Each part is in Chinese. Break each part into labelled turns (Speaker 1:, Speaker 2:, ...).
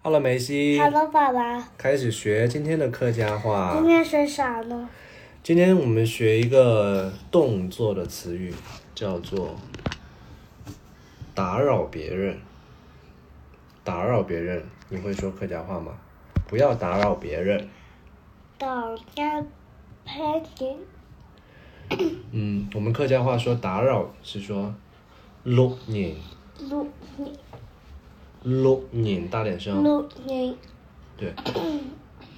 Speaker 1: 好了，梅西，
Speaker 2: Hello，爸爸，
Speaker 1: 开始学今天的客家话
Speaker 2: 今。天学啥呢？
Speaker 1: 今天我们学一个动作的词语，叫做打扰别人。打扰别人，你会说客家话吗？不要打扰别人。
Speaker 2: 等下拍你
Speaker 1: 嗯，我们客家话说打扰是说录你
Speaker 2: 录你
Speaker 1: 录你，大点声。
Speaker 2: 录你
Speaker 1: 对，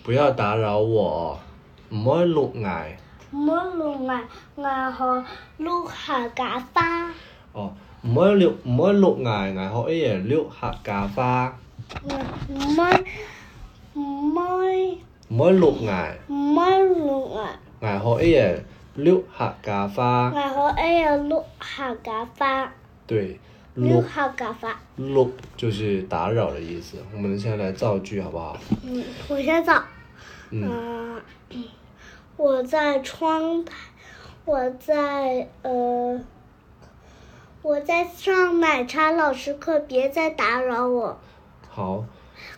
Speaker 1: 不要打扰我，唔好录挨。
Speaker 2: 莫录嘛，然后录下假发，
Speaker 1: 哦，唔好录唔好录挨挨好一嘢录客家花，
Speaker 2: 莫莫
Speaker 1: 唔好录挨
Speaker 2: 莫录啊，
Speaker 1: 挨好一嘢录客家花。
Speaker 2: 然后还要录下假发，
Speaker 1: 对，
Speaker 2: 录
Speaker 1: 录
Speaker 2: 下假发。
Speaker 1: 录就是打扰的意思。我们现在来造句好不好？
Speaker 2: 嗯，我先走。
Speaker 1: 嗯，
Speaker 2: 嗯，我在窗台，我在呃，我在上奶茶，老师可别再打扰我。
Speaker 1: 好。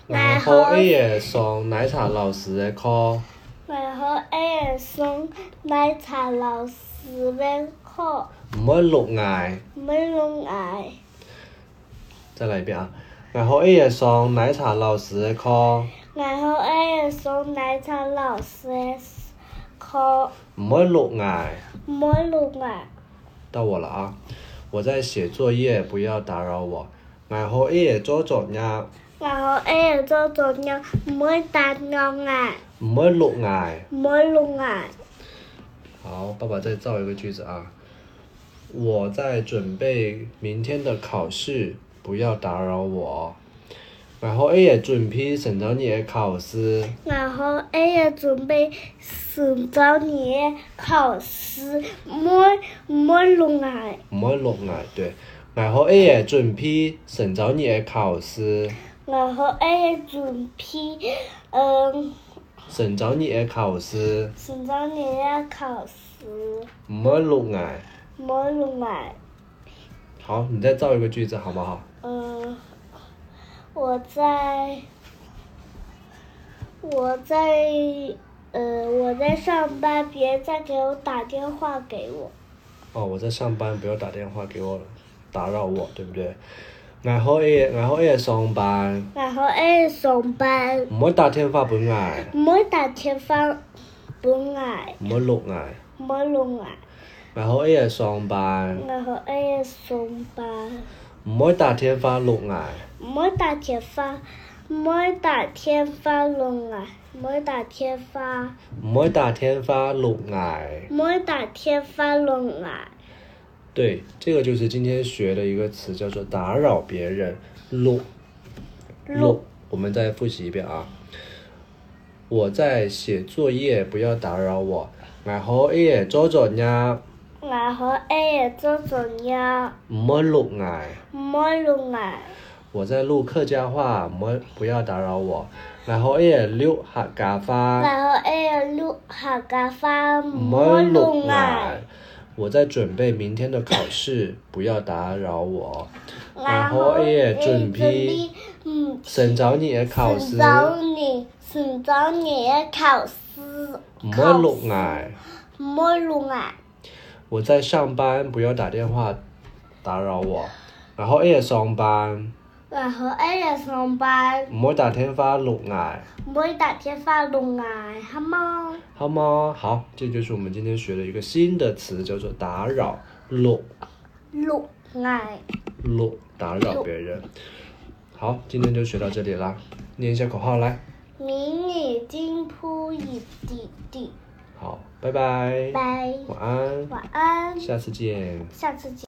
Speaker 2: 挨
Speaker 1: 挨好一嘢上奶茶老师的课。
Speaker 2: 然后爱送奶茶老师们课，
Speaker 1: 唔好录挨。
Speaker 2: 没人爱。
Speaker 1: 再来一遍啊！挨好一嘢上奶茶老师的课。
Speaker 2: 然后爱送奶茶老师课，
Speaker 1: 唔好录挨。
Speaker 2: 没人爱。
Speaker 1: 到我了啊！我在写作业，不要打扰我。挨好一嘢做作业。
Speaker 2: 然后爱做作业，没打扰爱，
Speaker 1: 唔好录挨。
Speaker 2: 没人爱。
Speaker 1: 好，爸爸再造一个句子啊！我在准备明天的考试，不要打扰我。然后 A 也准备省着你的考试，
Speaker 2: 然后 A 也准备寻找你考试，没没弄来。
Speaker 1: 唔好录挨对。然后 A 也准备省着你的考试，
Speaker 2: 然后 A 也准备，嗯，
Speaker 1: 省着你的考试，
Speaker 2: 寻找你的考试，
Speaker 1: 唔好录挨。
Speaker 2: 没弄来。
Speaker 1: 好，你再造一个句子好不好？
Speaker 2: 嗯，我在，我在，呃，我在上班，别再给我打电话给我。
Speaker 1: 哦，我在上班，不要打电话给我了，打扰我，对不对？然后 A 也然后 A 也上班，
Speaker 2: 然后 A 上班，
Speaker 1: 唔好打电话俾我，
Speaker 2: 没打电话，不爱，
Speaker 1: 唔好录挨。
Speaker 2: 没弄来。
Speaker 1: 然后 A 日上班，
Speaker 2: 然后 A 也上班，
Speaker 1: 唔可以打天花落挨，
Speaker 2: 没打铁饭，没打天发拢啊，没打天发，
Speaker 1: 唔可以打天花落挨。
Speaker 2: 没打天发拢啊，
Speaker 1: 对，这个就是今天学的一个词，叫做打扰别人。落落，我们再复习一遍啊。我在写作业，不要打扰我。然后 A 日做作业，
Speaker 2: 然后 A 也做作业，
Speaker 1: 唔可以落挨。
Speaker 2: 没拢啊，
Speaker 1: 我在录客家话，唔可以不要打扰我。然后哎 A 日溜客家话。
Speaker 2: 然后 A 也录下个发，没
Speaker 1: 没
Speaker 2: 拢
Speaker 1: 弄
Speaker 2: 啊
Speaker 1: 啊，！我在准备明天的考试，不要打扰我。
Speaker 2: 然
Speaker 1: 然
Speaker 2: 后
Speaker 1: 后
Speaker 2: A
Speaker 1: A
Speaker 2: 也
Speaker 1: 也
Speaker 2: 准
Speaker 1: 准
Speaker 2: 备
Speaker 1: 备，
Speaker 2: 嗯，
Speaker 1: 寻找你的考
Speaker 2: 寻
Speaker 1: 试，
Speaker 2: 找你，寻找你的考试，
Speaker 1: 没弄啊！
Speaker 2: 没拢啊。
Speaker 1: 我在上班，不要打电话打扰我。然后 A 也上班，
Speaker 2: 然后 A 也上班，
Speaker 1: 唔好打电话弄啊，
Speaker 2: 每打电话弄啊，好吗？
Speaker 1: 好吗？好，这就是我们今天学的一个新的词，叫做打扰，弄
Speaker 2: 录爱，
Speaker 1: 弄，打扰别人。好，今天就学到这里啦，念一下口号来。
Speaker 2: 迷你金铺一滴滴，
Speaker 1: 好，拜拜，
Speaker 2: 拜，
Speaker 1: 晚安。
Speaker 2: 晚安，
Speaker 1: 下次见。
Speaker 2: 下次见。